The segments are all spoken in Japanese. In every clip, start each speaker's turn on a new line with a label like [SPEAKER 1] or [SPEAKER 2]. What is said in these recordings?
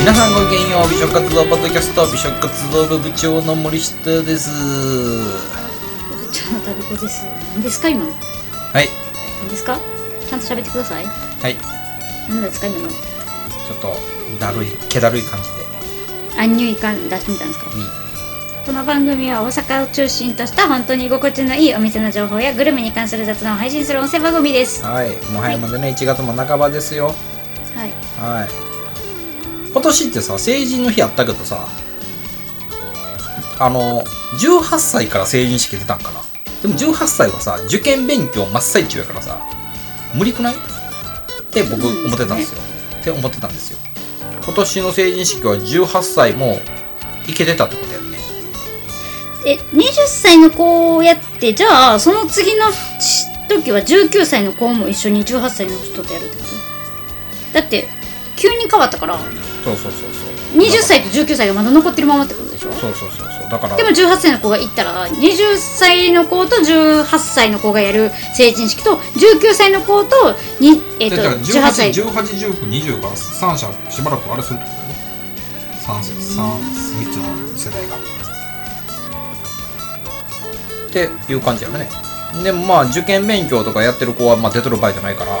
[SPEAKER 1] 皆さんごきげんよう美食活動ポッドキャスト美食活動部部長の森下です
[SPEAKER 2] 部長の旅子です。何ですか今の？
[SPEAKER 1] はい
[SPEAKER 2] 何ですか？ちゃんと喋ってください。
[SPEAKER 1] はいち
[SPEAKER 2] 何ですか今の？
[SPEAKER 1] ょっとだるい気だるい感じで
[SPEAKER 2] アンニュイ感出してみたんですか？
[SPEAKER 1] ウィ
[SPEAKER 2] この番組は大阪を中心とした本当に居心地のいいお店の情報やグルメに関する雑談を配信する音声番組です。は
[SPEAKER 1] はいもはやまだね1月も半ばですよ
[SPEAKER 2] い。
[SPEAKER 1] はい今年ってさ成人の日あったけどさあの18歳から成人式出たんかなでも18歳はさ受験勉強真っ最中やからさ無理くないって僕
[SPEAKER 2] うん
[SPEAKER 1] 思ってたんですよ、って思ってたんですよ今年の成人式は18歳もいけてたってことやんね
[SPEAKER 2] え、20歳の子をやってじゃあその次のし時は19歳の子も一緒に18歳の人とやるってこと？だって急に変わったから
[SPEAKER 1] そうそうそうそう
[SPEAKER 2] 20歳と19歳がまだ残ってるままってことでしょ？
[SPEAKER 1] そうそうそうそうだから
[SPEAKER 2] でも18歳の子が行ったら20歳の子と18歳の子がやる成人式と19歳の子とに、えっと
[SPEAKER 3] だから
[SPEAKER 2] 18歳
[SPEAKER 3] 18、18、19、20から3社しばらくあれするってことだよね。3世、3、三つの世代が。
[SPEAKER 1] っていう感じやろねでもまあ受験勉強とかやってる子はまあ出とる場合じゃないから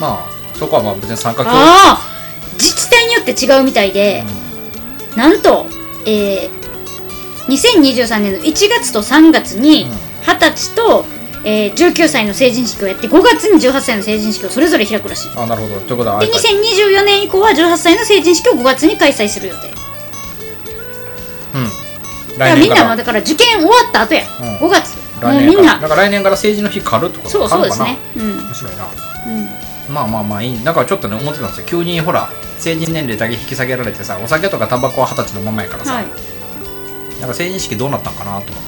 [SPEAKER 1] まあそこはまあ別に参加教育
[SPEAKER 2] ああ自治体によって違うみたいで、なんと、えー、2023年の1月と3月に
[SPEAKER 1] うん
[SPEAKER 2] 20歳と、えー、19歳の成人式をやって5月に18歳の成人式をそれぞれ開くらしい
[SPEAKER 1] あなるほどということはあ
[SPEAKER 2] で
[SPEAKER 1] れか
[SPEAKER 2] 2024年以降は18歳の成人式を5月に開催する予定
[SPEAKER 1] うん
[SPEAKER 2] だから
[SPEAKER 1] 来年
[SPEAKER 2] みん
[SPEAKER 1] か
[SPEAKER 2] なは
[SPEAKER 1] ら
[SPEAKER 2] だから受験終わった後や、
[SPEAKER 1] うん
[SPEAKER 2] 5月もう
[SPEAKER 1] 来年
[SPEAKER 2] みん
[SPEAKER 1] から
[SPEAKER 2] な
[SPEAKER 1] だから来年から政治の日狩るってこと
[SPEAKER 2] そう
[SPEAKER 1] か
[SPEAKER 2] そう
[SPEAKER 1] る
[SPEAKER 2] で
[SPEAKER 1] か
[SPEAKER 2] す
[SPEAKER 1] な
[SPEAKER 2] ねうん、うん
[SPEAKER 1] 面白いなまあまあまあいいだからちょっとね思ってたんですよ急にほら成人年齢だけ引き下げられてさお酒とかタバコは二十歳のままやからさ、
[SPEAKER 2] はい
[SPEAKER 1] なんか成人式どうなったんかなと思っ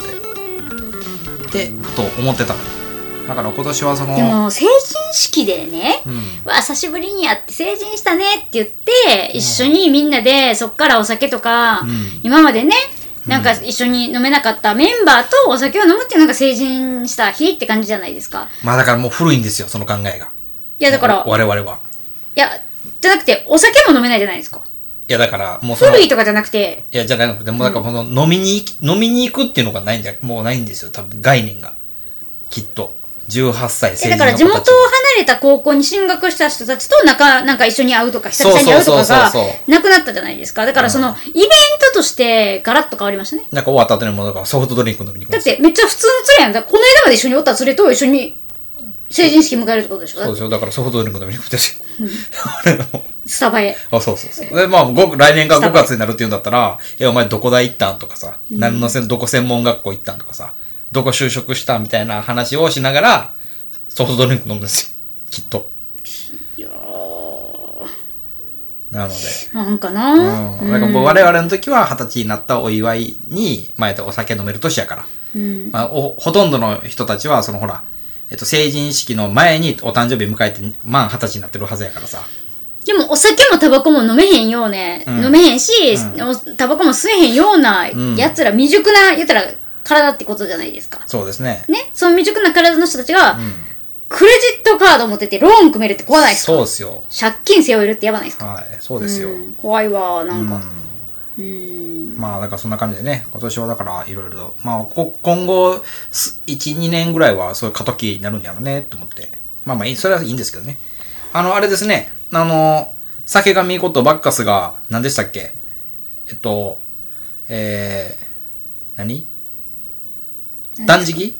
[SPEAKER 1] てでふと思ってたのだから今年はその
[SPEAKER 2] でも成人式でね
[SPEAKER 1] うん
[SPEAKER 2] わあ久しぶりに会って成人したねって言って一緒にみんなでそっからお酒とか、
[SPEAKER 1] うん
[SPEAKER 2] 今までねなんか一緒に飲めなかったメンバーとお酒を飲むっていうのが成人した日って感じじゃないですか
[SPEAKER 1] まあだからもう古いんですよその考えが
[SPEAKER 2] いやだからい
[SPEAKER 1] 我々は
[SPEAKER 2] やじゃなくてお酒も飲めないじゃないですか
[SPEAKER 1] いやだからもうその
[SPEAKER 2] 古い
[SPEAKER 1] い
[SPEAKER 2] とかじゃなくて
[SPEAKER 1] やじゃないのでもうだからこの飲みに行き飲みに行くっていうのがないんじゃもうないんですよ多分概念がきっと18歳
[SPEAKER 2] え
[SPEAKER 1] 成
[SPEAKER 2] だ
[SPEAKER 1] 人
[SPEAKER 2] から
[SPEAKER 1] の
[SPEAKER 2] 地
[SPEAKER 1] 子
[SPEAKER 2] 元を
[SPEAKER 1] た
[SPEAKER 2] 離
[SPEAKER 1] ち
[SPEAKER 2] れた高校に進学した人たちと仲なんか一緒に会うとか久々に会うとかが
[SPEAKER 1] そうそうそうそ
[SPEAKER 2] なくなったじゃないですかだからそのイベントとしてガラッと変わりましたね
[SPEAKER 1] なんか終わった後にもうだからソフトドリンク飲みに行くん
[SPEAKER 2] だ
[SPEAKER 1] で
[SPEAKER 2] っ
[SPEAKER 1] すよ
[SPEAKER 2] てめっちゃ普通の連れやんだからこの間まで一緒におった連れと一緒に成人式迎えるってことでしょ
[SPEAKER 1] そうですよだからソフトドリンク飲みに行くんですよ あれの
[SPEAKER 2] スタバへ
[SPEAKER 1] あそうそうそうでまあご来年から5月になるっていうんだったら「えお前どこ大行ったん?」とかさ「何のせんどこ専門学校行ったん?」とかさ「どこ就職した?」みたいな話をしながらソフトドリンク飲むんですよきっと
[SPEAKER 2] いやー
[SPEAKER 1] なので
[SPEAKER 2] なんかな
[SPEAKER 1] うん、なんかもう我々の時は二十歳になったお祝いに、まあ、えっとお酒飲める年やから、
[SPEAKER 2] うん
[SPEAKER 1] まあ、おほとんどの人たちはそのほら、えっと、成人式の前にお誕生日迎えて満二十歳になってるはずやからさ
[SPEAKER 2] でもお酒もタバコも飲めへんようね、
[SPEAKER 1] うん
[SPEAKER 2] 飲めへんし、おタバコも吸えへんような
[SPEAKER 1] うん
[SPEAKER 2] やつら、未熟な言ったら体ってことじゃないですか
[SPEAKER 1] そうですね
[SPEAKER 2] ねその未熟な体の人たちが、
[SPEAKER 1] うん
[SPEAKER 2] クレジットカード持っててローン組めるって怖ないですか
[SPEAKER 1] そうですよ
[SPEAKER 2] 借金背負えるってやばないですか
[SPEAKER 1] はいそうですよ、
[SPEAKER 2] うん怖いわなんか
[SPEAKER 1] うん
[SPEAKER 2] うんん
[SPEAKER 1] まあ、だからそんな感じでね、今年はだからいろいろと、まあ、こ今後、す1、2年ぐらいはそういう過渡期になるんやろうね、と思って。まあまあいい、それはいいんですけどね。あの、あれですね、あの、酒神ことバッカスが、何でしたっけえっと、えー、何断食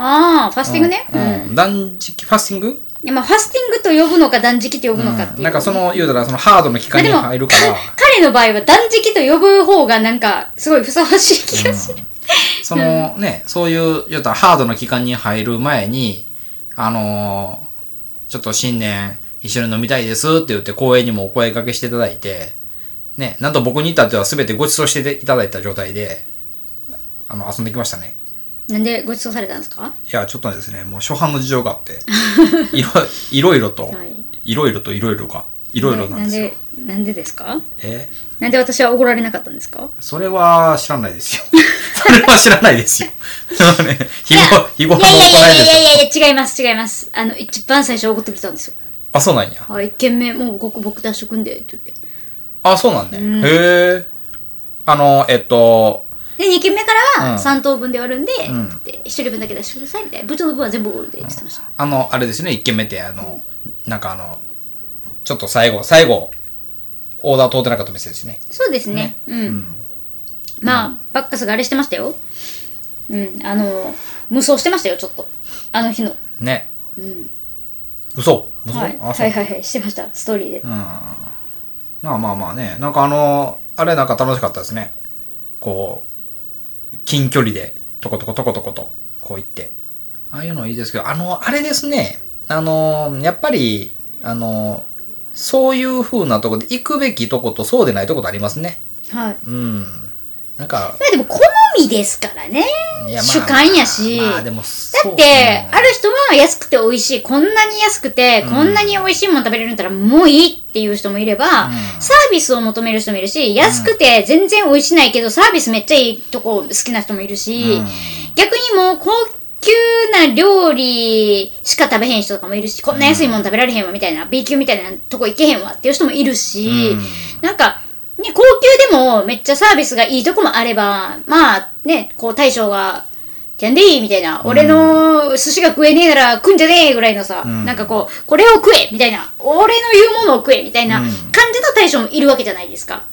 [SPEAKER 2] ああファスティングね
[SPEAKER 1] うんうん断食、ファスティング
[SPEAKER 2] いやまあファスティングと呼ぶのか断食と呼ぶのかっていう、
[SPEAKER 1] うんなんかその、言うたらそのハードの期
[SPEAKER 2] まあ
[SPEAKER 1] 間に
[SPEAKER 2] でも
[SPEAKER 1] 入るから、
[SPEAKER 2] 彼の場合は断食と呼ぶ方がなんかすごいふさわしい気がする、
[SPEAKER 1] そのね、そういう、言ったらハードの期間に入る前に、あのーちょっと新年一緒に飲みたいですって言って公園にもお声掛けしていただいて、ね、なんと僕に至っては全てご馳走していただいた状態で、あの、遊んできましたね。
[SPEAKER 2] なんでご馳走されたんですか
[SPEAKER 1] いや、ちょっとですね、もう初版の事情があって、 いろ、いろいろと
[SPEAKER 2] は、
[SPEAKER 1] いろいろといろいろが、いろいろなんですよ。
[SPEAKER 2] なんでなんでですか
[SPEAKER 1] え、
[SPEAKER 2] なんで私はおごられなかったんですか
[SPEAKER 1] それは知らないですよ。 それは知らないですよ。 そうね日
[SPEAKER 2] いや
[SPEAKER 1] 頃、日頃の行い
[SPEAKER 2] いやいやい
[SPEAKER 1] です
[SPEAKER 2] や
[SPEAKER 1] よ。
[SPEAKER 2] いやいや違います違いますあの一番最初おごってくれたんですよ
[SPEAKER 1] あ、そうなんや。
[SPEAKER 2] あ一軒目もうここ僕出しとくんでって言って
[SPEAKER 1] あ、そうなんね。
[SPEAKER 2] うん
[SPEAKER 1] へえ。あの、えっと、
[SPEAKER 2] で2軒目から
[SPEAKER 1] うん
[SPEAKER 2] は3等分で割るんで,、
[SPEAKER 1] うん
[SPEAKER 2] で1人分だけ出してくださいみたいな部長の分は全部ゴールでって言ってました、
[SPEAKER 1] あの、あれですね、一軒目って、あの、なんかあの、ちょっと最後、最後、オーダー通ってなかった店ですね。
[SPEAKER 2] そうですねうん、まあバッカスがあれしてましたようんあの無双してましたよちょっとあの日の、
[SPEAKER 1] ね。
[SPEAKER 2] うん
[SPEAKER 1] 嘘嘘、
[SPEAKER 2] はい、は
[SPEAKER 1] あ、そう。
[SPEAKER 2] いはいはいしてましたストーリーで、
[SPEAKER 1] うん。まあまあまあね、なんかあの、あれなんか楽しかったですね。こう、近距離で、トコトコトコトコと、こう行って。ああいうのいいですけど、あの、あれですね、あの、やっぱり、あの、そういう風なとこで行くべきとことそうでないとことありますね。
[SPEAKER 2] はい
[SPEAKER 1] うん。なんか、
[SPEAKER 2] まあでも好みですからね
[SPEAKER 1] いやまあ
[SPEAKER 2] 主観やし、
[SPEAKER 1] まあでも、だ
[SPEAKER 2] だって、ある人は安くて美味しい。こんなに安くて、こんなに美味しいもの食べれるんだったらもういいっていう人もいれば、サービスを求める人もいるし、安くて全然美味しないけど、サービスめっちゃいいとこ好きな人もいるし、逆にもう高級な料理しか食べへん人とかもいるし、こんな安いもの食べられへんわみたいな、B 級みたいなとこ行けへんわっていう人もいるし、なんか、ね、高級でもめっちゃサービスがいいとこもあれば、まあね、こう大将が、キャンディーみたいな、俺の寿司が食えねえなら食うんじゃねえぐらいのさ、なんかこう、これを食えみたいな、俺の言うものを食えみたいな感じの大将もいるわけじゃないですか。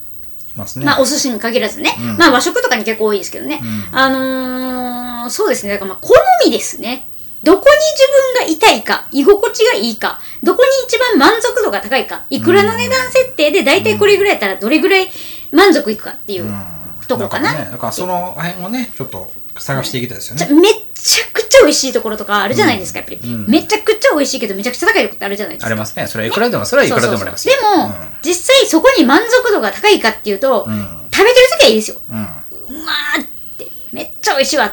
[SPEAKER 1] いますね。
[SPEAKER 2] まあお寿司に限らずね、まあ和食とかに結構多いですけどね、あのー、そうですねだからまあ好みですねどこに自分がいたいか居心地がいいかどこに一番満足度が高いかいくらの値段設定で大体これぐらいやったらどれぐらい満足いくかっていうとこか
[SPEAKER 1] だ
[SPEAKER 2] な、
[SPEAKER 1] からね、だからその辺をね、ちょっと探していきたいですよ
[SPEAKER 2] じゃ
[SPEAKER 1] ね。
[SPEAKER 2] めっちゃくちゃ美味しいところとかあるじゃないですか、やっぱり、めちゃくちゃ美味しいけどめちゃくちゃ高いとこってあるじゃないですか
[SPEAKER 1] ありますね。それはいくらでも、それはい
[SPEAKER 2] そ
[SPEAKER 1] く
[SPEAKER 2] う
[SPEAKER 1] らでもあり
[SPEAKER 2] そうそうで
[SPEAKER 1] ますよ。
[SPEAKER 2] も、実際そこに満足度が高いかっていうと、
[SPEAKER 1] うん。うん。
[SPEAKER 2] 食べてる時はいいですよ
[SPEAKER 1] うん
[SPEAKER 2] うわーってめっちゃ美味しいわ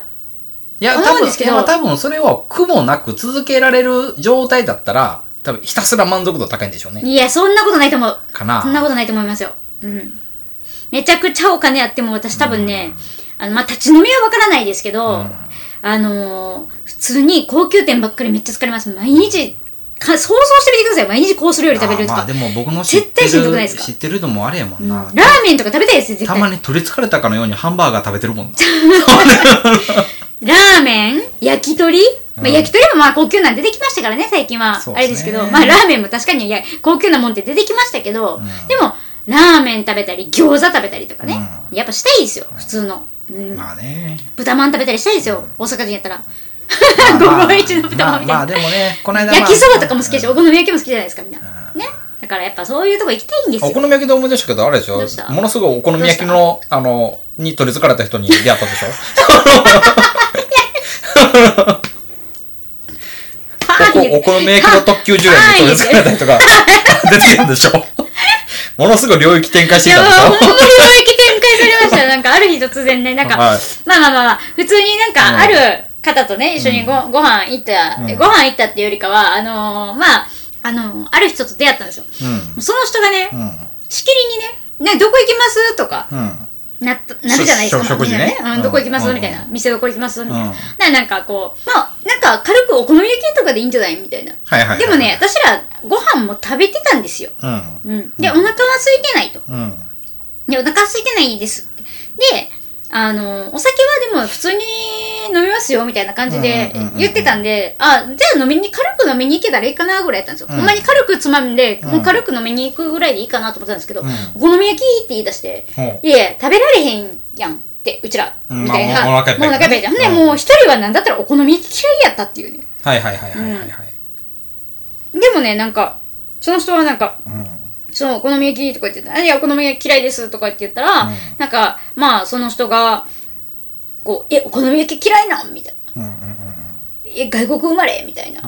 [SPEAKER 1] いや、
[SPEAKER 2] 思
[SPEAKER 1] 多
[SPEAKER 2] うん
[SPEAKER 1] 分、
[SPEAKER 2] ですけど
[SPEAKER 1] いや多分それを苦もなく続けられる状態だったら、多分ひたすら満足度高いんでしょうね。
[SPEAKER 2] いやそんなことないと思う
[SPEAKER 1] かな
[SPEAKER 2] そんなことないと思いますようんめちゃくちゃお金あっても私多分ね、あのまあ立ち飲みはわからないですけど、あのー普通に高級店ばっかりめっちゃ疲れます毎日か想像してみてください毎日コース料理食べると
[SPEAKER 1] あま
[SPEAKER 2] か、
[SPEAKER 1] あでも僕の知っ
[SPEAKER 2] 絶
[SPEAKER 1] て
[SPEAKER 2] 対しんどくない
[SPEAKER 1] る、
[SPEAKER 2] ですか
[SPEAKER 1] 知ってるのもあれやもんな。
[SPEAKER 2] ラーメンとか食べたいですよ絶
[SPEAKER 1] た
[SPEAKER 2] 対
[SPEAKER 1] まに取り憑かれたかのようにハンバーガー食べてる もんな。
[SPEAKER 2] ラーメン焼き鳥、まあ、焼き鳥もまあ高級なん出てきましたからね最近は、
[SPEAKER 1] そう
[SPEAKER 2] あ
[SPEAKER 1] ですね
[SPEAKER 2] れですけど、まあ、ラーメンも確かにいや高級なもんって出てきましたけど、でもラーメン食べたり餃子食べたりとかね、やっぱしたいですよ普通の、うん、
[SPEAKER 1] まあ ね。
[SPEAKER 2] 豚まん食べたりしたいですよ大阪人やったら
[SPEAKER 1] まあ
[SPEAKER 2] 5分一の豚まんみ
[SPEAKER 1] まあま
[SPEAKER 2] た
[SPEAKER 1] あ
[SPEAKER 2] い
[SPEAKER 1] でもね、この間
[SPEAKER 2] な
[SPEAKER 1] まあ。
[SPEAKER 2] 焼きそばとかも好きでしょお好み焼きも好きじゃないですかみんなねだからやっぱそういうとこ行きたいんです
[SPEAKER 1] お
[SPEAKER 2] よ
[SPEAKER 1] 好み焼きで思い出したけど、あれでしょ
[SPEAKER 2] どうした
[SPEAKER 1] ものすごいお好み焼きの、あの、に取り憑かれた人に出会ったでしょ
[SPEAKER 2] パー
[SPEAKER 1] おお好み焼きの特急呪念に取り憑かれた人が出てきたんでしょものすごい領域展開して
[SPEAKER 2] い
[SPEAKER 1] き
[SPEAKER 2] や、
[SPEAKER 1] たんで
[SPEAKER 2] もう
[SPEAKER 1] し
[SPEAKER 2] 本当
[SPEAKER 1] ょ
[SPEAKER 2] に領域展開されましたよ。なんか、ある日突然ね、なんか、
[SPEAKER 1] はい
[SPEAKER 2] まあまあまあまあ、普通になん
[SPEAKER 1] うん
[SPEAKER 2] か、ある方とね、一緒にご,、ご飯行った、ご飯行ったっていうよりかは、あのーまあ、あのーある人と出会ったんですよ。
[SPEAKER 1] うん。
[SPEAKER 2] その人がね、
[SPEAKER 1] うん。
[SPEAKER 2] しきりにね、なんかどこ行きますとか、
[SPEAKER 1] うん。
[SPEAKER 2] なったなるじゃないですか。
[SPEAKER 1] しょ食事ね
[SPEAKER 2] みんな
[SPEAKER 1] うん
[SPEAKER 2] うん、どこ行きます、
[SPEAKER 1] うん
[SPEAKER 2] みたいな。店どこ行きますみたいな。
[SPEAKER 1] うん
[SPEAKER 2] だからなんかこう、まあ、なんか軽くお好み焼きとかでいいんじゃないみたいな。
[SPEAKER 1] はいはい。
[SPEAKER 2] でもね、、私らご飯も食べてたんですよ。
[SPEAKER 1] うん。
[SPEAKER 2] うん。で、お腹は空いてないと。
[SPEAKER 1] うん。
[SPEAKER 2] で、お腹空いてないですって。で、あの、お酒はでも普通に飲みますよみたいな感じで
[SPEAKER 1] うんうんうんうん
[SPEAKER 2] 言ってたんで、あ、じゃあ飲みに、軽く飲みに行けたらいいかなぐらいやったんですよ。ほんまに軽くつまんで、もう軽く飲みに行くぐらいでいいかなと思ったんですけど、
[SPEAKER 1] うん
[SPEAKER 2] お好み焼きって言い出して、
[SPEAKER 1] ほう
[SPEAKER 2] いやいや、食べられへんやんって、うちら、
[SPEAKER 1] うん
[SPEAKER 2] みたいな。
[SPEAKER 1] まあお腹いっぱい
[SPEAKER 2] もうお腹いっぱいじゃん。ほんで、
[SPEAKER 1] うん
[SPEAKER 2] もう一人はなんだったらお好み焼き嫌いやったっていうね。
[SPEAKER 1] はいはいはいはいはいはい。
[SPEAKER 2] でもね、なんか、その人はなんか、
[SPEAKER 1] うん。
[SPEAKER 2] そのお好み焼きとか言ってたら、いや、お好み焼き嫌いですとか言って言ったら、
[SPEAKER 1] うん
[SPEAKER 2] なんか、まあ、その人が、こう、え、お好み焼き嫌いなんみたいな。
[SPEAKER 1] うんうんうん
[SPEAKER 2] え、外国生まれみた いな。
[SPEAKER 1] う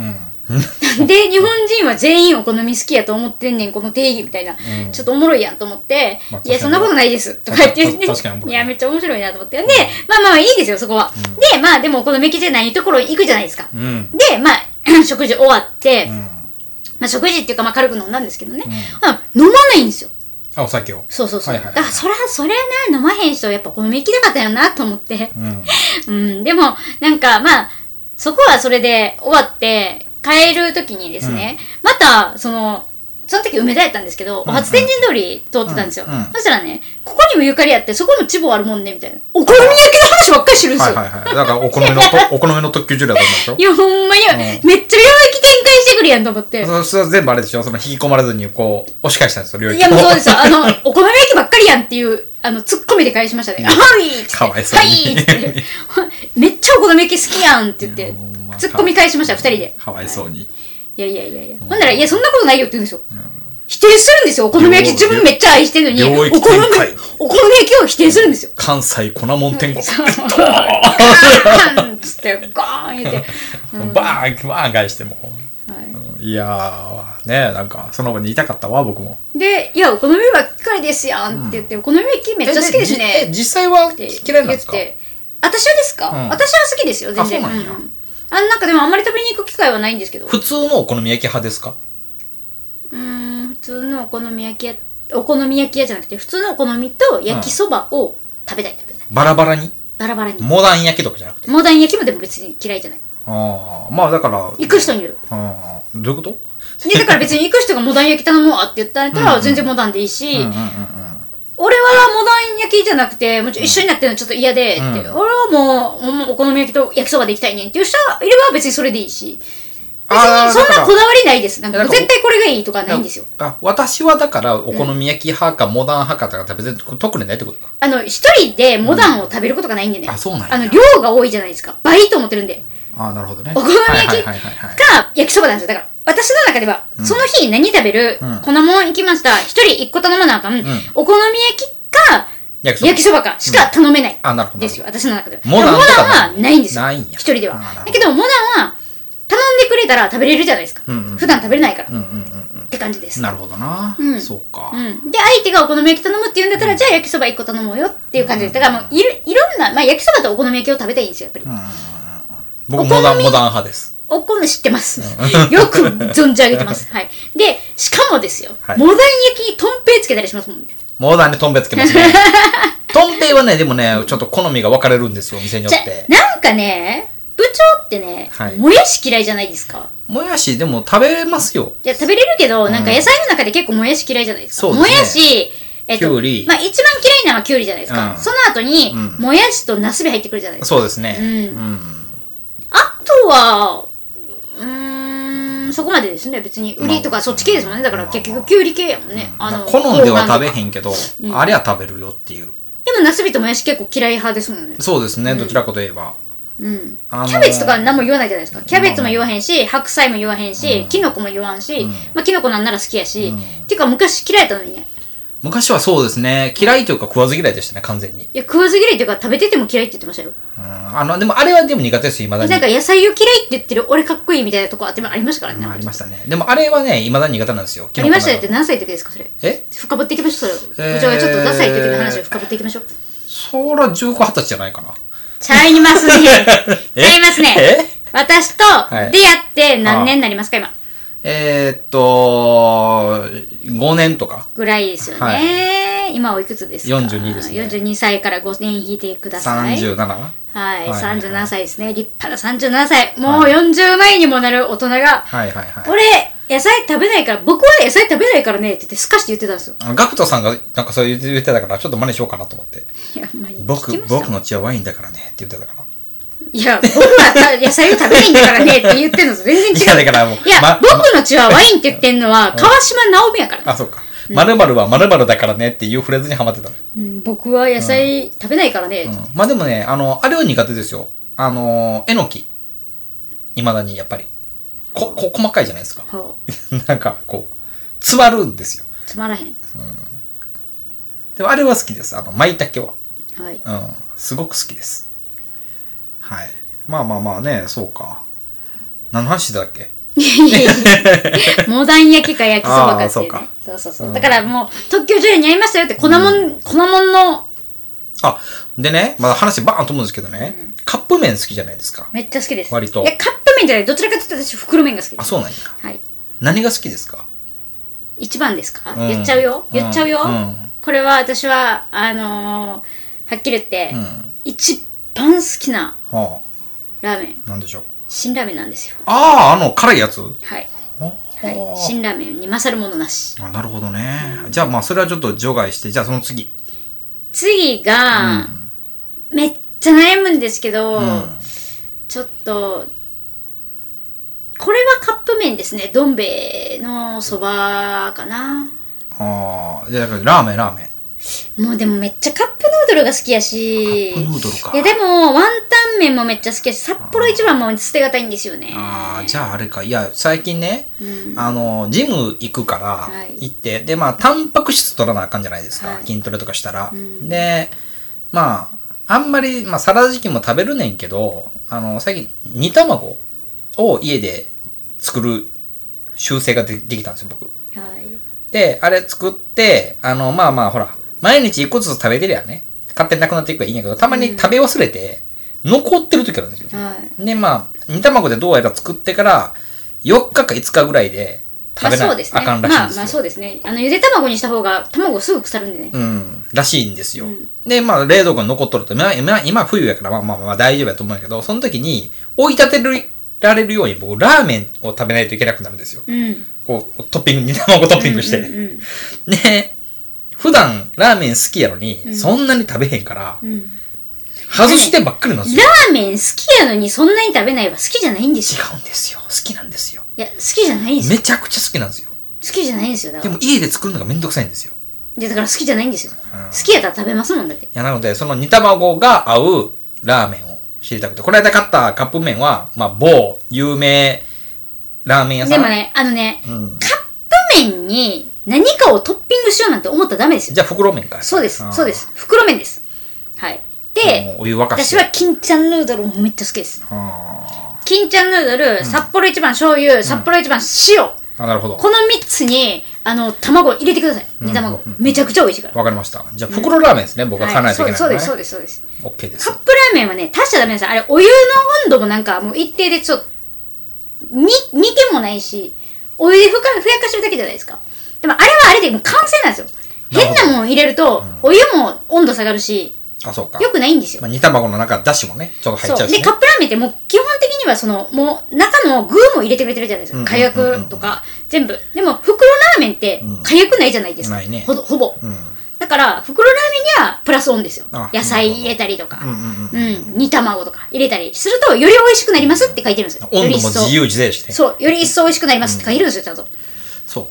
[SPEAKER 1] ん。
[SPEAKER 2] で、日本人は全員お好み好きやと思ってんねん、この定義みたいな。
[SPEAKER 1] うん
[SPEAKER 2] ちょっとおもろいやんと思って、
[SPEAKER 1] まあ確かに
[SPEAKER 2] いや、そんなことないですとか言って言っ
[SPEAKER 1] 確
[SPEAKER 2] て、
[SPEAKER 1] かに確かにおもろい
[SPEAKER 2] いや、めっちゃ面白いなと思って。で、まあまあまあいいですよ、そこは。で、まあでもお好み焼きじゃないところに行くじゃないですか。
[SPEAKER 1] うん。うん。
[SPEAKER 2] で、まあ、 食事終わって、
[SPEAKER 1] うん。
[SPEAKER 2] まあ食事っていうか、まあ軽く飲んだんですけどね。うん飲まないんですよ。
[SPEAKER 1] あ、お酒を。
[SPEAKER 2] そうそうそう。
[SPEAKER 1] はいはいはい
[SPEAKER 2] だから、そら、それはな、飲まへん人、やっぱこの目行きたかったよな、と思って。
[SPEAKER 1] うん。
[SPEAKER 2] うん、でも、なんか、まあ、そこはそれで終わって、帰るときにですね、また、その、その時梅田やったんですけど、
[SPEAKER 1] ん
[SPEAKER 2] 初天神通り通ってたんですよ、
[SPEAKER 1] うんうん
[SPEAKER 2] そしたらねここにもゆかりあってそこにもチボあるもんねみたいなお好み焼きの話ばっかりしてるんで
[SPEAKER 1] は
[SPEAKER 2] す
[SPEAKER 1] い
[SPEAKER 2] よ、
[SPEAKER 1] はいはい。だからお好みの と、お好みの特急ジュリアだったん
[SPEAKER 2] い
[SPEAKER 1] でし
[SPEAKER 2] や、ほんまに、めっちゃ領域展開してくるやんと思って。
[SPEAKER 1] ょそそれは全部あれでしょその引き込まれずにこう、押し返したんですよ、領域。
[SPEAKER 2] いや、もうそうですすよ。あの、お好み焼きばっかりやんっていう、あの、ツッコミで返しましたね。はいっつって
[SPEAKER 1] かわいそう
[SPEAKER 2] は
[SPEAKER 1] に
[SPEAKER 2] いっつってめっちゃお好み焼き好きやんって言っ て
[SPEAKER 1] ほん、ま
[SPEAKER 2] ツッコミ返しました、二人で。
[SPEAKER 1] かわいそうに。
[SPEAKER 2] いやいやいやいや。ほんなら、いや、そんなことないよって言うんですよ。否定するんですよ。お好み焼
[SPEAKER 1] 領
[SPEAKER 2] き自分めっちゃ愛してるのに、
[SPEAKER 1] 領域
[SPEAKER 2] お好み
[SPEAKER 1] 展開、
[SPEAKER 2] お好み焼きを否定する んですよ。
[SPEAKER 1] 関西粉もん天国。
[SPEAKER 2] そうガーンっつって、ガー ン言って。
[SPEAKER 1] バーン、バーン返しても。
[SPEAKER 2] はい
[SPEAKER 1] うんいやー、ねなんか、その場にいたかったわ、僕も。
[SPEAKER 2] で、いや、お好みばっかりですやんって言って、お好み焼きめっちゃ好きです
[SPEAKER 1] え
[SPEAKER 2] ね。
[SPEAKER 1] 実際は
[SPEAKER 2] って
[SPEAKER 1] 嫌いなんですか
[SPEAKER 2] 言って私はですか、
[SPEAKER 1] うん
[SPEAKER 2] 私は好きですよ、全然。
[SPEAKER 1] あそうなんや
[SPEAKER 2] んあなんかでもあんまり食べに行く機会はないんですけど。う
[SPEAKER 1] 普通のお好み焼き派ですか
[SPEAKER 2] ーん、普通のお好み焼き屋、お好み焼き屋じゃなくて、普通のお好みと焼きそばを食べたい、食べたい。
[SPEAKER 1] バラバラに
[SPEAKER 2] バラバラに。
[SPEAKER 1] モダン焼きとかじゃなくて。
[SPEAKER 2] モダン焼きもでも別に嫌いじゃない。
[SPEAKER 1] ああ、まあだから。
[SPEAKER 2] 行く人に よる。
[SPEAKER 1] ああ、どういうこと
[SPEAKER 2] で、だから別に行く人がモダン焼き頼もうわって言ったら、全然モダンでいいし、俺はモダン焼きじゃなくて、もうちょ一緒になってるのちょっと嫌で、って
[SPEAKER 1] ん
[SPEAKER 2] 俺はもうもうお好み焼きと焼きそばで行きたいねんっていう人がいれば別にそれでいいし、別
[SPEAKER 1] あ
[SPEAKER 2] に
[SPEAKER 1] ー
[SPEAKER 2] そん
[SPEAKER 1] だか
[SPEAKER 2] な
[SPEAKER 1] ら
[SPEAKER 2] こだわりないです。なんか
[SPEAKER 1] だから
[SPEAKER 2] 絶対これがいいとかないんですよ。
[SPEAKER 1] あ、私はだから、お好み焼き派か、モダン派かとかって別に特にないってことか。
[SPEAKER 2] あの、一人でモダンを食べることがないんでね。
[SPEAKER 1] うんあそうなんや
[SPEAKER 2] あの、量が多いじゃないですか。倍と思ってるんで。
[SPEAKER 1] ああ、なるほどね。
[SPEAKER 2] お好み焼き
[SPEAKER 1] はいはいはいはいはい。
[SPEAKER 2] か焼きそばなんですよ。だから、私の中では、その日何食べる、
[SPEAKER 1] ん
[SPEAKER 2] こんなもん行きました。一人一個頼まなあかん。お好み焼きか、
[SPEAKER 1] 焼きそば
[SPEAKER 2] 焼きそばかしか頼めない。
[SPEAKER 1] あ、なるほど。
[SPEAKER 2] ですよ、私の中では。
[SPEAKER 1] モダンと
[SPEAKER 2] だ
[SPEAKER 1] か
[SPEAKER 2] からモダンはないんですよ。
[SPEAKER 1] ないんや
[SPEAKER 2] 一人では
[SPEAKER 1] あーなる。ほ
[SPEAKER 2] だ
[SPEAKER 1] ど
[SPEAKER 2] けど、モダンは、頼んでくれたら食べれるじゃないですか。
[SPEAKER 1] んうん
[SPEAKER 2] 普段食べれないから。
[SPEAKER 1] うんうんうん
[SPEAKER 2] って感じで
[SPEAKER 1] う
[SPEAKER 2] す。
[SPEAKER 1] ん。なるほどな。
[SPEAKER 2] うん
[SPEAKER 1] そうか。
[SPEAKER 2] うん、で、相手がお好み焼き頼むって言うんだったら、じゃあ焼きそば1個頼もうよっていう感じです。だからもういる、いろんな、まあ焼きそばとお好み焼きを食べたいんですよ、やっぱり。
[SPEAKER 1] 僕、
[SPEAKER 2] お好み
[SPEAKER 1] モダン、モダン派です。
[SPEAKER 2] お好み知ってます。 よく存じ上げ てます。はい。で、しかもですよ、
[SPEAKER 1] はい
[SPEAKER 2] モダン焼きにとんぺいつけたりしますもんね。
[SPEAKER 1] モダンにとんべつけますね。 とんべはね、でもね、ちょっと好みが分かれるんですよ、店によ
[SPEAKER 2] じゃ
[SPEAKER 1] って、。
[SPEAKER 2] なんかね、部長ってね、
[SPEAKER 1] はい
[SPEAKER 2] もやし嫌いじゃないですか。
[SPEAKER 1] もやし、でも食べますよ。
[SPEAKER 2] いや、食べれるけど、なんか野菜の中で結構もやし嫌いじゃないですか。
[SPEAKER 1] そうですね
[SPEAKER 2] もやし、えっと、
[SPEAKER 1] きゅ
[SPEAKER 2] まあ
[SPEAKER 1] うり
[SPEAKER 2] 一番嫌いなのはきゅうりじゃないですか。
[SPEAKER 1] うん
[SPEAKER 2] その後に、もやしとなすび入ってくるじゃないですか。
[SPEAKER 1] そうですね。
[SPEAKER 2] うん
[SPEAKER 1] うん。
[SPEAKER 2] あとは、うーん、そこまでですね。別に、売りとかそっち系ですもんね。だから結局、きゅうり系やもんね。あの、
[SPEAKER 1] 好んでは食べ
[SPEAKER 2] ん。
[SPEAKER 1] へんけど、あれは食べるよっていう。
[SPEAKER 2] でも、なすびともやし結構嫌い派ですもんね。
[SPEAKER 1] そうですね、どちらかといえば。
[SPEAKER 2] うん。
[SPEAKER 1] あのー
[SPEAKER 2] キャベツとか何も言わないじゃないですか。キャベツも言わへんし、白菜も言わへんし、キノコも言わんし、まあ、キノコなんなら好きやし。ていうか、昔嫌いやったのにね。
[SPEAKER 1] 昔はそうですね、嫌いというか食わず嫌いでしたね、完全に。
[SPEAKER 2] いや、食わず嫌いというか、食べてても嫌いって言ってましたよ。
[SPEAKER 1] うん。あの、でもあれはでも苦手ですよ、未
[SPEAKER 2] な
[SPEAKER 1] だ
[SPEAKER 2] ん
[SPEAKER 1] に。
[SPEAKER 2] か野菜を嫌いって言ってる俺かっこいいみたいなとこあってもありましたからね。
[SPEAKER 1] うんありま
[SPEAKER 2] し
[SPEAKER 1] したね。でもあれはね、未だに苦手なんですよ。
[SPEAKER 2] ありましたよって
[SPEAKER 1] キノコ
[SPEAKER 2] 何歳の時ですかそれ。
[SPEAKER 1] のえ
[SPEAKER 2] 深掘っていきましょう、それを。
[SPEAKER 1] えー
[SPEAKER 2] 部長がちょっとダサい時の話を深掘っていきましょう。
[SPEAKER 1] そら19、20歳じゃないかな。
[SPEAKER 2] ちゃいます ね。
[SPEAKER 1] え
[SPEAKER 2] ちゃいますね
[SPEAKER 1] え。
[SPEAKER 2] 私と
[SPEAKER 1] い
[SPEAKER 2] 出会って何年になりますか、今。
[SPEAKER 1] えー、っと、5年とか。
[SPEAKER 2] ぐらいですよね。
[SPEAKER 1] は
[SPEAKER 2] 今おいくつですか
[SPEAKER 1] 42ですね
[SPEAKER 2] 42歳から5年引いてください。
[SPEAKER 1] 37?
[SPEAKER 2] は
[SPEAKER 1] は
[SPEAKER 2] い、
[SPEAKER 1] い
[SPEAKER 2] 37歳ですね。立派な37歳。もう40前にもなる大人が、
[SPEAKER 1] はいはいはい。
[SPEAKER 2] 俺、野菜食べないから、僕は野菜食べないからねって言って、すかして言ってたんですよ。
[SPEAKER 1] あのガクトさんがなんかそう言って言ってたから、ちょっと真似しようかなと思って。
[SPEAKER 2] いや、まあ、聞
[SPEAKER 1] 僕
[SPEAKER 2] きま、した
[SPEAKER 1] 僕の血はワインだからねって言ってたから。
[SPEAKER 2] いや、僕はた野菜を食べないんだからねって言ってんのと全
[SPEAKER 1] い
[SPEAKER 2] 然違
[SPEAKER 1] や
[SPEAKER 2] う。
[SPEAKER 1] だからもう
[SPEAKER 2] いや、
[SPEAKER 1] ま
[SPEAKER 2] 僕の血はワインって言ってんのは、川島直美やからね、
[SPEAKER 1] あ、そうか。〇〇は〇〇だからねっていうフレーズにハマってたのよ。
[SPEAKER 2] うん。僕は野菜食べないからね。
[SPEAKER 1] うんまあでもね、あの、あれは苦手ですよ。あの、えのき。未だにやっぱり。こ、こ、細かいじゃないですか。
[SPEAKER 2] ほう
[SPEAKER 1] なんか、こう、詰まるんですよ。
[SPEAKER 2] つまらへん。
[SPEAKER 1] でもあれは好きです。あの、舞茸は。
[SPEAKER 2] はい。
[SPEAKER 1] うん。すごく好きです。はい。まあまあまあね、そうか。何の話だっけ
[SPEAKER 2] モダン焼きか焼きそばか
[SPEAKER 1] あー
[SPEAKER 2] ってい、
[SPEAKER 1] そうう
[SPEAKER 2] ね
[SPEAKER 1] か。
[SPEAKER 2] そうそうそう。だからもう、特許条例に合いましたよって、粉もん、粉もんの、
[SPEAKER 1] あ、でね、まだ話バーンと思うんですけどね、カップ麺好きじゃないですか。
[SPEAKER 2] めっちゃ好きです。
[SPEAKER 1] 割と
[SPEAKER 2] いや、カップ麺じゃない。どちらかというと私、袋麺が好きで
[SPEAKER 1] あ、
[SPEAKER 2] す。
[SPEAKER 1] そうなんや。
[SPEAKER 2] はい。
[SPEAKER 1] 何が好きですか
[SPEAKER 2] 一番ですか、
[SPEAKER 1] うん
[SPEAKER 2] 言っちゃうよ言っちゃうよ、
[SPEAKER 1] うん
[SPEAKER 2] これは私はあのーはっきり言って、
[SPEAKER 1] ん
[SPEAKER 2] 一番好きな
[SPEAKER 1] は
[SPEAKER 2] ラーメン
[SPEAKER 1] あ、なんでしょう。
[SPEAKER 2] 辛ラーメンなんですよ
[SPEAKER 1] ああ、あの、辛いやつ
[SPEAKER 2] はい、はい、辛ラーメンに勝るものなし
[SPEAKER 1] あなるほどね、じゃあまあそれはちょっと除外してじゃあその次
[SPEAKER 2] 次が、めっちゃ悩むんですけど、
[SPEAKER 1] ん
[SPEAKER 2] ちょっとこれはカップ麺ですねどん兵衛のそばかな
[SPEAKER 1] ああじゃあだからラーメンラーメン
[SPEAKER 2] もうでもめっちゃカップヌードルが好きやし
[SPEAKER 1] カップヌードルか
[SPEAKER 2] いやでもワンタン麺もめっちゃ好きやし札幌一番も捨てがたいんですよね
[SPEAKER 1] ああじゃああれかいや最近ね、
[SPEAKER 2] うん
[SPEAKER 1] あのジム行くから
[SPEAKER 2] はい
[SPEAKER 1] 行って、でまあタンパク質取らなあかんじゃないですか、
[SPEAKER 2] はい
[SPEAKER 1] 筋トレとかしたら、
[SPEAKER 2] ん
[SPEAKER 1] でまああんまり、まあ、サラダチキンも食べるねんけどあの最近煮卵を家で作る習性がでできたんですよ僕
[SPEAKER 2] はい
[SPEAKER 1] であれ作ってあのまあまあほら毎日一個ずつ食べてりゃね勝手になくなっていくからいいんやけどたまに食べ忘れて、残ってる時あるんですよ
[SPEAKER 2] はい
[SPEAKER 1] で、まあ、煮卵でどうやら作ってから、4日か5日ぐらいで
[SPEAKER 2] ま
[SPEAKER 1] 食べな
[SPEAKER 2] あそう
[SPEAKER 1] い、
[SPEAKER 2] ですね
[SPEAKER 1] あかんらしい
[SPEAKER 2] ま
[SPEAKER 1] ん
[SPEAKER 2] あ
[SPEAKER 1] ですよ。
[SPEAKER 2] まあそうですねあのゆで卵にした方が卵すぐ腐るんでね、
[SPEAKER 1] うん、らしいんですよ。で、まあ、冷蔵庫に残っとると、まあ、今、今冬やから、まあまあまあ大丈夫やと思うんやけど、その時に、追い立てるられるように、僕、ラーメンを食べないといけなくなるんですよ。
[SPEAKER 2] うん
[SPEAKER 1] こう、トッピング、煮卵トッピングして。
[SPEAKER 2] うんうん
[SPEAKER 1] で、普段、ラーメン好きやのに、そんなに食べへんから、
[SPEAKER 2] うんうん
[SPEAKER 1] 外してばっかりなんですよ。
[SPEAKER 2] ラーメン好きやのにそんなに食べないは好きじゃないんですよ。
[SPEAKER 1] 違うんですよ。好きなんですよ。
[SPEAKER 2] いや、好きじゃないんですよ。
[SPEAKER 1] めちゃくちゃ好きなんですよ。
[SPEAKER 2] 好きじゃないんですよ。だか
[SPEAKER 1] で
[SPEAKER 2] ら。
[SPEAKER 1] も、家で作るのがめんどくさいんですよ。
[SPEAKER 2] いやだから好きじゃないんですよ。好きやったら食べますもんだって。
[SPEAKER 1] いや、なので、その煮卵が合うラーメンを知りたくて、この間買ったカップ麺は、まあ、某有名ラーメン屋さ
[SPEAKER 2] で
[SPEAKER 1] ん。
[SPEAKER 2] もね、あのね、
[SPEAKER 1] うん
[SPEAKER 2] カップ麺に何かをトッピングしようなんて思ったらダメですよ。
[SPEAKER 1] じゃあ、袋麺か。
[SPEAKER 2] そうです
[SPEAKER 1] あー。
[SPEAKER 2] そうで。す。袋麺です。はい。
[SPEAKER 1] も
[SPEAKER 2] で
[SPEAKER 1] う、お湯沸かし
[SPEAKER 2] 私
[SPEAKER 1] て。
[SPEAKER 2] は金ちゃんヌードルもめっちゃ好きです。
[SPEAKER 1] あ
[SPEAKER 2] 金ちゃんヌードル、札幌一番醤油、札幌一番塩。
[SPEAKER 1] ーあ、なるほど。
[SPEAKER 2] この3つに、あの、卵入れてください。煮卵。めちゃくちゃ美味しいから。
[SPEAKER 1] わかりました。じゃあ、袋ラーメンですね。僕は買わ
[SPEAKER 2] は
[SPEAKER 1] ない
[SPEAKER 2] い、
[SPEAKER 1] と
[SPEAKER 2] そ
[SPEAKER 1] いうけ
[SPEAKER 2] で
[SPEAKER 1] ない
[SPEAKER 2] す、そう
[SPEAKER 1] のね。
[SPEAKER 2] です、そうですそうです。
[SPEAKER 1] オッケーです
[SPEAKER 2] カッ。プラーメンはね、足したらダメなんですよ。あれ、お湯の温度もなんか、もう一定で、ちょっと、に、煮てもないし、お湯でふかふやかしてるだけじゃないですか。でも、あれはあれでもう完成なんですよ。変なもん入れると、お湯も温度下がるし、
[SPEAKER 1] あ、そうか。
[SPEAKER 2] 良くないんですよ。
[SPEAKER 1] まあ、煮卵の中、だしもね、ちょっと入っち
[SPEAKER 2] そ
[SPEAKER 1] ゃ
[SPEAKER 2] う。
[SPEAKER 1] う
[SPEAKER 2] で、
[SPEAKER 1] し、
[SPEAKER 2] カ
[SPEAKER 1] ね。
[SPEAKER 2] ップラーメンってもう基本的にはその、もう中の具も入れてくれてるじゃないですか。火薬とか、全部。でも、袋ラーメンって火薬ないじゃないですか。
[SPEAKER 1] ないね
[SPEAKER 2] ほどほぼ。
[SPEAKER 1] うん。
[SPEAKER 2] だから、袋ラーメンにはプラスオンですよ
[SPEAKER 1] あ。
[SPEAKER 2] 野菜入れたりとか、
[SPEAKER 1] うんうん
[SPEAKER 2] うん煮卵とか入れたりすると、より美味しくなりますって書いてるんですよ。よ
[SPEAKER 1] 温
[SPEAKER 2] り
[SPEAKER 1] 度
[SPEAKER 2] 一
[SPEAKER 1] も
[SPEAKER 2] 層
[SPEAKER 1] 自由自在して。そう
[SPEAKER 2] そう、より一層美味しくなりますって書いてるんですよ、ちゃんと。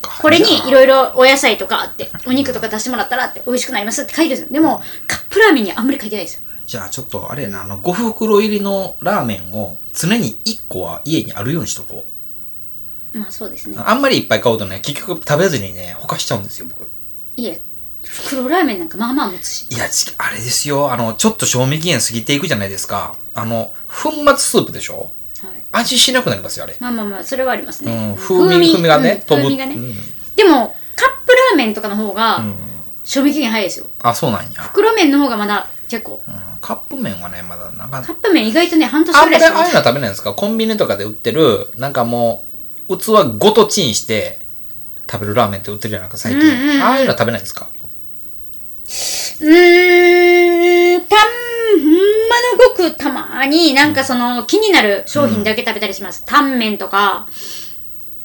[SPEAKER 1] か。
[SPEAKER 2] これ
[SPEAKER 1] じゃあ
[SPEAKER 2] にいろいろお野菜とかあって、お肉とか出してもらったらあって、美味しくなりますって書いてるんですよ。でも、カップラーメンにはあんまり書いてないですよ。
[SPEAKER 1] じゃあちょっとあれやな、あの、5袋入りのラーメンを常に1個は家にあるようにしとこ
[SPEAKER 2] まあそうです
[SPEAKER 1] う。
[SPEAKER 2] ね。
[SPEAKER 1] あんまりいっぱい買うとね、結局食べずにね、ほかしちゃうんですよ、僕。
[SPEAKER 2] いえ、袋ラーメンなんかまあまあ持つし。
[SPEAKER 1] いや、ちあれですよ、あの、ちょっと賞味期限過ぎていくじゃないですか。あの、粉末スープでしょ
[SPEAKER 2] はい。
[SPEAKER 1] 味しなくなりますよ、あれ。
[SPEAKER 2] まあまあまあ、それはありますね。
[SPEAKER 1] うん、風味、風味が
[SPEAKER 2] うん
[SPEAKER 1] ね、飛ぶ。
[SPEAKER 2] 風味がね。
[SPEAKER 1] うん
[SPEAKER 2] でも、カップラーメンとかの方が、賞味期限早いですよ。
[SPEAKER 1] あ、そうなんや。
[SPEAKER 2] 袋麺の方がまだ結構。
[SPEAKER 1] うんカップ麺はね、まだなんか
[SPEAKER 2] カップ麺意外とね、半年
[SPEAKER 1] あん
[SPEAKER 2] ぐ
[SPEAKER 1] ま
[SPEAKER 2] らい
[SPEAKER 1] り
[SPEAKER 2] し
[SPEAKER 1] ああいう
[SPEAKER 2] か
[SPEAKER 1] のは食べないんですかコンビニとかで売ってる、なんかもう、器ごとチンして、食べるラーメンって売ってるじゃないですか、最近。
[SPEAKER 2] うんうんうん
[SPEAKER 1] ああいうのは食べないんですか
[SPEAKER 2] うーん、たん、ほんまのごくたまに、なんかその、気になる商品だけ食べたりします。タンメンとか、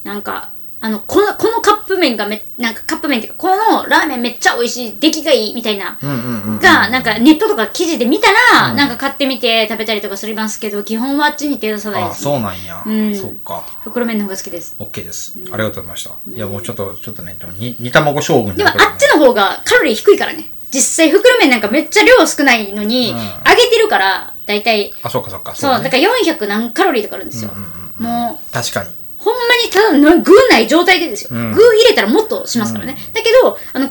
[SPEAKER 2] なんか、あの、この、このカップ麺がめ、なんかカップ麺っていうか、このラーメンめっちゃ美味しい、出来がいい、みたいな。
[SPEAKER 1] うんうんうん。
[SPEAKER 2] が、なんかネットとか記事で見たら、なんか買ってみて食べたりとかしますけど、基本はあっちに手出さない
[SPEAKER 1] あ
[SPEAKER 2] です、
[SPEAKER 1] そう
[SPEAKER 2] ね。
[SPEAKER 1] なんや。
[SPEAKER 2] ん
[SPEAKER 1] そっか。
[SPEAKER 2] 袋麺の方が好きです。
[SPEAKER 1] OK です。ありがとうございました。いや、もうちょっと、ちょっとね、でもに煮卵勝負に
[SPEAKER 2] で
[SPEAKER 1] な
[SPEAKER 2] もあ
[SPEAKER 1] るから
[SPEAKER 2] っちの方がカロリー低いからね実際袋麺なんかめっちゃ量少ないのに、
[SPEAKER 1] うん
[SPEAKER 2] 揚げてるから大体
[SPEAKER 1] あ、そうかそうか。
[SPEAKER 2] そう
[SPEAKER 1] ね
[SPEAKER 2] だから400何カロリーとかあるんですよ、もう
[SPEAKER 1] 確かに。
[SPEAKER 2] ほんまにただの具ない状態でですよ、
[SPEAKER 1] ん
[SPEAKER 2] 具入れたらもっとしますからね、だけどあの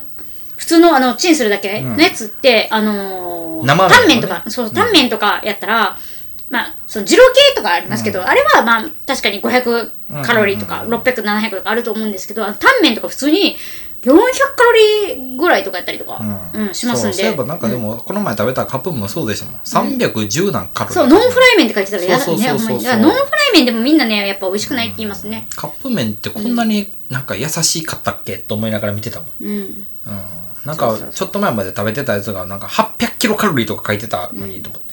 [SPEAKER 2] 普通のあのチンするだけのやつって、あのー
[SPEAKER 1] 生麺
[SPEAKER 2] タンメン
[SPEAKER 1] と
[SPEAKER 2] と
[SPEAKER 1] かね
[SPEAKER 2] か、そうタンメンとかやったら、まあその二郎系とかありますけど、あれはまあ確かに500カロリーとか600700とかあると思うんですけどあのタンメンとか普通に400カロリーぐらいとかやったりとか、うんしますん
[SPEAKER 1] そう
[SPEAKER 2] で
[SPEAKER 1] そういえばなんかでも、この前食べたカップ麺もそうでしたもん。310何カロリー。
[SPEAKER 2] そうノンフライ麺って書いてたらやだ
[SPEAKER 1] そう
[SPEAKER 2] ね
[SPEAKER 1] そうそ
[SPEAKER 2] ほ
[SPEAKER 1] うんそう
[SPEAKER 2] まにだからノンフライ麺でもみんなねやっぱ美味しくないって言いますね
[SPEAKER 1] カップ麺ってこんなになんか優しかったっけと思いながら見てたもん。
[SPEAKER 2] うん
[SPEAKER 1] うん。なんかちょっと前まで食べてたやつがなんか800キロカロリーとか書いてたのにと思って。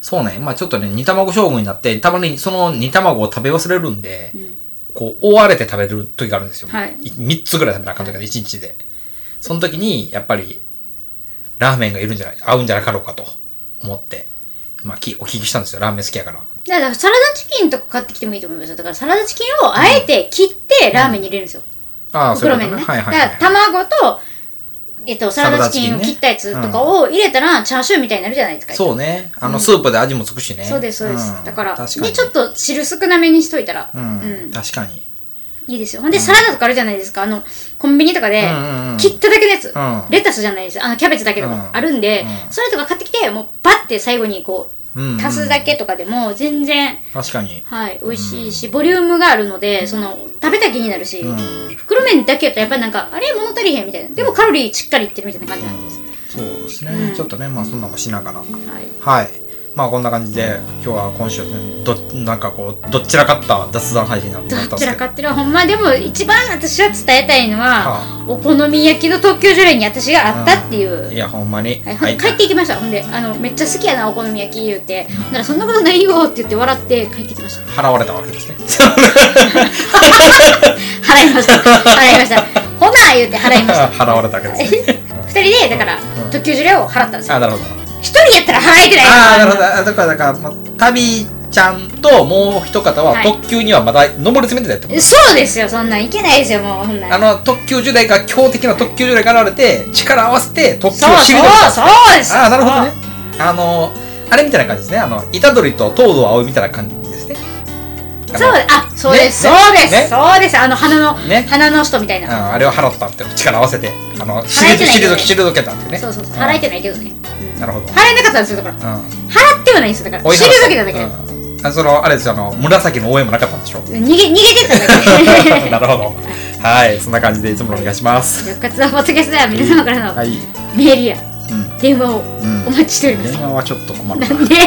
[SPEAKER 1] そうね。まあちょっとね、煮卵将軍になって、たまにその煮卵を食べ忘れるんで、こう、追われて食べる時があるんですよ。
[SPEAKER 2] はい
[SPEAKER 1] 3つぐらい食べなあかん時が1日で。その時に、やっぱり、ラーメンがいるんじゃない、合うんじゃなかろうかと思って、まあ、きお聞きしたんですよ。ラーメン好きやから。
[SPEAKER 2] だからサラダチキンとか買ってきてもいいと思いますよだからサラダチキンをあえて切ってラーメンに入れるんですよ、
[SPEAKER 1] ああ、そうい
[SPEAKER 2] 袋
[SPEAKER 1] うこ
[SPEAKER 2] 麺
[SPEAKER 1] と
[SPEAKER 2] ね、
[SPEAKER 1] ね。はいはい、
[SPEAKER 2] だ
[SPEAKER 1] は
[SPEAKER 2] から
[SPEAKER 1] い。
[SPEAKER 2] 卵と、えっと、サラダチキンを切ったやつとかを入れたらチャーシューみたいになるじゃないですか
[SPEAKER 1] そうね。あの、スープで味もつくしね。
[SPEAKER 2] そうですそうです、
[SPEAKER 1] ん
[SPEAKER 2] だから
[SPEAKER 1] 確かに。
[SPEAKER 2] でちょっと汁少なめにしといたら、
[SPEAKER 1] うん、
[SPEAKER 2] うん
[SPEAKER 1] 確かに。
[SPEAKER 2] いいですよほんでサラダとかあるじゃないですかあのコンビニとかで
[SPEAKER 1] うんうんうん
[SPEAKER 2] 切っただけのやつ、
[SPEAKER 1] うん
[SPEAKER 2] レタスじゃないですあのキャベツだけとか
[SPEAKER 1] うん
[SPEAKER 2] あるんで、
[SPEAKER 1] うん
[SPEAKER 2] それとか買ってきてもうバッて最後にこ
[SPEAKER 1] うんうんう
[SPEAKER 2] うん足すだけとかでも全然
[SPEAKER 1] 確かに。
[SPEAKER 2] はい、美味しいし、ボリュームがあるので、その、食べた気になるし、
[SPEAKER 1] ん
[SPEAKER 2] 袋麺だけやったらやっぱりなんか、あれ物足りへんみたいな。でもカロリーしっかりいってるみたいな感じなんです。
[SPEAKER 1] そうですね。
[SPEAKER 2] うん
[SPEAKER 1] ちょっとね、まあ、そんなんもしながら。
[SPEAKER 2] はい。
[SPEAKER 1] はい。まあこんな感じで今日は今週はねどなんかこうどっちらかった雑談配信になったんで
[SPEAKER 2] ど
[SPEAKER 1] す
[SPEAKER 2] ち
[SPEAKER 1] け
[SPEAKER 2] ら
[SPEAKER 1] ど
[SPEAKER 2] かってるほんまでも一番私は伝えたいのは、
[SPEAKER 1] は
[SPEAKER 2] お好み焼きの特級ジュレに私があったっていう。
[SPEAKER 1] いやほんまに
[SPEAKER 2] はい、ほんで帰っていきました。ほんで、あの、めっちゃ好きやな、お好み焼き言うて。なら、そんなことないよって言って笑って帰ってきました。
[SPEAKER 1] 払われたわけですね
[SPEAKER 2] 払いました。払いました。ほな言うて払 いました。
[SPEAKER 1] 払われたわけですね
[SPEAKER 2] 二人で、だから、特級ジュレを払ったんですよ。
[SPEAKER 1] あな るほど
[SPEAKER 2] 一人やったら払えてない
[SPEAKER 1] ああなるほどあだからだから、まあ、旅ちゃんともう一方は
[SPEAKER 2] はい
[SPEAKER 1] 特急にはまだ上り詰めてたってこと
[SPEAKER 2] そうですよ、そんなんいけないですよ、もう、ほんな
[SPEAKER 1] あ
[SPEAKER 2] ん。
[SPEAKER 1] の特急時代が強敵な特急時代から現れて力合わせて特急
[SPEAKER 2] そ
[SPEAKER 1] を
[SPEAKER 2] うそう、
[SPEAKER 1] 退けた
[SPEAKER 2] そうです。
[SPEAKER 1] ああなるほどねあのあれみたいな感じですねあの虎杖と東堂葵みたいな感じですね
[SPEAKER 2] そう、あ、そうです、
[SPEAKER 1] ね
[SPEAKER 2] そうで
[SPEAKER 1] ね
[SPEAKER 2] す、そうです、あの、花の、
[SPEAKER 1] ね
[SPEAKER 2] 花の人みたい
[SPEAKER 1] うん
[SPEAKER 2] な。
[SPEAKER 1] あれを払ったって力合わせてあの退
[SPEAKER 2] 払えてないけど
[SPEAKER 1] 退
[SPEAKER 2] ね
[SPEAKER 1] け退けたっていうね
[SPEAKER 2] そうそうそう、
[SPEAKER 1] ん
[SPEAKER 2] 払えてないけどね。うん
[SPEAKER 1] なるほど
[SPEAKER 2] 払えなかったんですよ、だか
[SPEAKER 1] う
[SPEAKER 2] ら。
[SPEAKER 1] ん
[SPEAKER 2] 払ってはないんですよ、だから。
[SPEAKER 1] 追い払
[SPEAKER 2] 知
[SPEAKER 1] っ
[SPEAKER 2] るだけなんだけど。
[SPEAKER 1] うんあそのあれですよあの紫の応援もなかったんで しょ
[SPEAKER 2] 逃げ、逃げてったんだ けど。
[SPEAKER 1] なるほどはいそんな感じでいつもお願いします
[SPEAKER 2] 緑活動ポッドキャストでは皆様からの
[SPEAKER 1] はい
[SPEAKER 2] メールや
[SPEAKER 1] うん
[SPEAKER 2] 電話を
[SPEAKER 1] ん
[SPEAKER 2] お待ちしております
[SPEAKER 1] 電。話はちょっと困るな
[SPEAKER 2] なんで
[SPEAKER 1] 電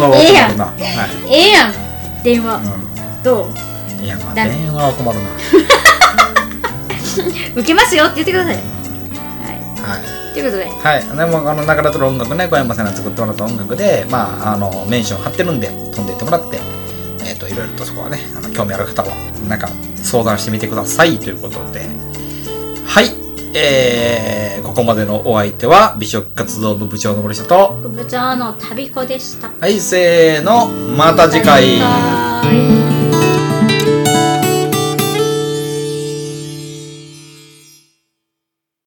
[SPEAKER 1] 話は
[SPEAKER 2] ええや
[SPEAKER 1] 困る
[SPEAKER 2] ん
[SPEAKER 1] なはい
[SPEAKER 2] ええやん、電話。どう
[SPEAKER 1] うんいやまあ
[SPEAKER 2] だめ
[SPEAKER 1] 電話は困るな
[SPEAKER 2] 受けますよって言ってください。は
[SPEAKER 1] はい
[SPEAKER 2] い。ということで、
[SPEAKER 1] はい、でもあの中田との音楽ね小山さんが作ってもらった音楽で、まあ、あのメンション貼ってるんで飛んでいってもらって、えー、といろいろとそこはねあの興味ある方はなんか相談してみてくださいということではい、えー、ここまでのお相手は美食活動部部長の森下と
[SPEAKER 2] 部長の旅子でした。
[SPEAKER 1] はいせーのまた次回。
[SPEAKER 2] バイバイ